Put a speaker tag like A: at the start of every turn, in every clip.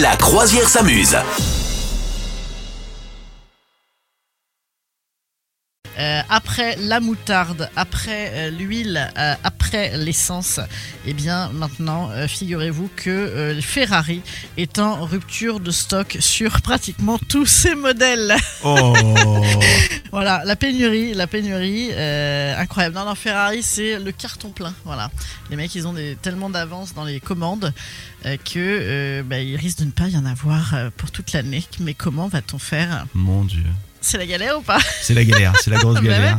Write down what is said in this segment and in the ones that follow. A: La croisière s'amuse.
B: Euh, après la moutarde, après euh, l'huile, euh, après l'essence, eh bien maintenant, euh, figurez-vous que euh, Ferrari est en rupture de stock sur pratiquement tous ses modèles.
C: Oh
B: Voilà, la pénurie, la pénurie, euh, incroyable. Non, non, Ferrari, c'est le carton plein. Voilà, les mecs, ils ont des, tellement d'avance dans les commandes euh, que euh, bah, il risque de ne pas y en avoir euh, pour toute l'année. Mais comment va-t-on faire
C: Mon dieu.
B: C'est la galère ou pas
C: C'est la galère, c'est la grosse
B: Bah ouais.
C: galère.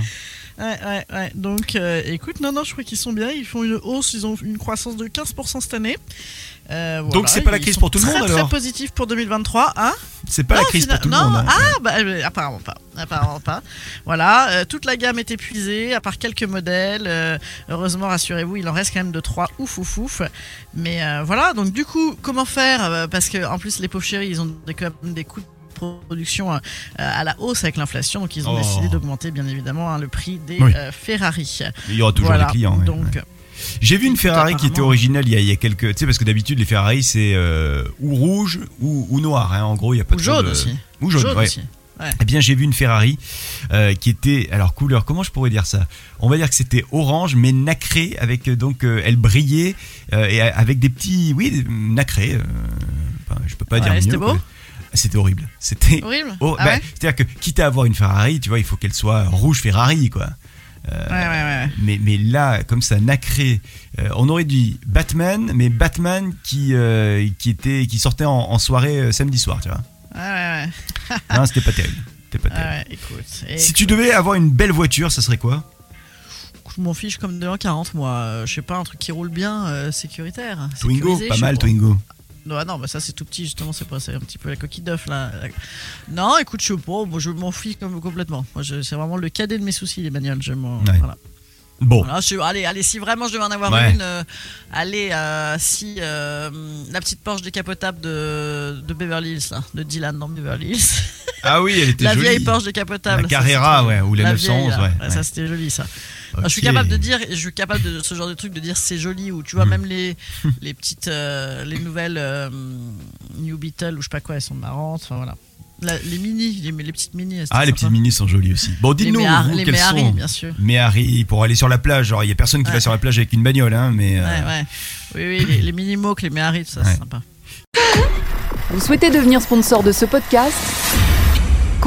B: Ouais, ouais, ouais. Donc, euh, écoute, non, non, je crois qu'ils sont bien. Ils font une hausse, ils ont une croissance de 15% cette année. Euh, voilà,
C: c'est pas la
B: ils
C: crise
B: sont
C: pour tout le monde,
B: très,
C: alors
B: Très positif pour 2023, hein
C: C'est pas la crise
B: fina-
C: pour tout le
B: non,
C: monde. hein.
B: Ah, bah, euh, apparemment pas. Apparemment pas. Voilà, euh, toute la gamme est épuisée, à part quelques modèles. Euh, heureusement, rassurez-vous, il en reste quand même de trois ouf ouf ouf. Mais euh, voilà, donc du coup, comment faire Euh, Parce que en plus, les pauvres chéris, ils ont des, quand même des coûts de production euh, à la hausse avec l'inflation, donc ils ont
C: Oh.
B: décidé d'augmenter bien évidemment hein, le prix des
C: Oui.
B: euh, Ferrari.
C: Il y aura toujours
B: voilà,
C: des clients. ouais.
B: donc
C: J'ai vu une Ferrari qui était
B: apparemment.
C: originale il y a, il y a quelques. Tu sais, parce que d'habitude, les Ferrari, c'est euh, ou rouge ou, ou noir. hein. En gros, il y a pas
B: ou
C: de.
B: jaune
C: de-
B: aussi.
C: Ou jaune, ouais.
B: aussi.
C: Eh bien, j'ai vu une Ferrari euh, qui était. Alors, couleur, comment je pourrais dire ça On va dire que c'était orange, mais nacré. Avec, euh, donc, euh, elle brillait. euh, et a- avec des petits. Oui, nacré. euh, enfin, je peux pas
B: Ouais,
C: dire mieux.
B: c'était beau
C: quoi. C'était horrible. C'était
B: Horrible.
C: Oh,
B: Ah
C: bah,
B: ouais
C: C'est-à-dire que quitte à avoir une Ferrari, tu vois, il faut qu'elle soit rouge Ferrari, quoi. euh,
B: ouais, ouais, ouais, ouais.
C: Mais, mais là, comme ça, nacré, euh, on aurait dit Batman, mais Batman qui, euh, qui, était, qui sortait en, en soirée euh, samedi soir, tu vois.
B: Ouais, ouais, ouais.
C: Non, c'était pas terrible. C'était pas
B: Ah
C: terrible.
B: ouais, écoute. Et
C: Si tu devais avoir une belle voiture, ça serait quoi
B: Je m'en fiche comme de l'an 40 moi. Euh, je sais pas, un truc qui roule bien, euh, sécuritaire.
C: Twingo,
B: sécurisé,
C: pas
B: je
C: mal,
B: sais pas.
C: Twingo.
B: Non, ah non, bah ça c'est tout petit, justement, c'est pas- c'est un petit peu la coquille d'œuf là. Non, écoute, je sais pas, moi, je m'en fiche comme, complètement. Moi, je- c'est vraiment le cadet de mes soucis, les bagnoles. Je m'en.
C: Ouais.
B: Voilà.
C: Bon,
B: Voilà, je- allez, allez, si vraiment je devais en avoir
C: Ouais.
B: une, euh, allez, euh, si euh, la petite Porsche décapotable de, de Beverly Hills, là, de Dylan dans Beverly Hills.
C: ah oui, elle était
B: La
C: jolie.
B: vieille Porsche décapotable.
C: La
B: ça,
C: Carrera,
B: c'était-
C: ouais, ou la 911,
B: là.
C: ouais, ouais.
B: Ça, c'était joli, ça.
C: Ok.
B: Ah, Je suis capable de dire, je suis capable de ce genre de truc, de dire c'est joli, ou tu vois,
C: Hmm.
B: même les, les petites, euh, les nouvelles euh, New Beetle, ou je sais pas quoi, elles sont marrantes, enfin voilà. La- les mini, les, les petites mini, elles
C: Ah, les petites
B: sympas.
C: minis sont jolies aussi. Bon,
B: hein. Les
C: dites-nous,
B: Méhar-
C: vous,
B: les
C: quelles
B: Méhari,
C: sont.
B: bien sûr.
C: Méhari, pour aller sur la plage. Genre, il y a personne qui va
B: Ouais.
C: sur la plage avec une bagnole, hein, mais. euh,
B: Ouais, ouais. Oui, oui, les, les mini moques, les Méhari, tout ça,
C: Ouais.
B: c'est sympa.
D: Vous souhaitez devenir sponsor de ce podcast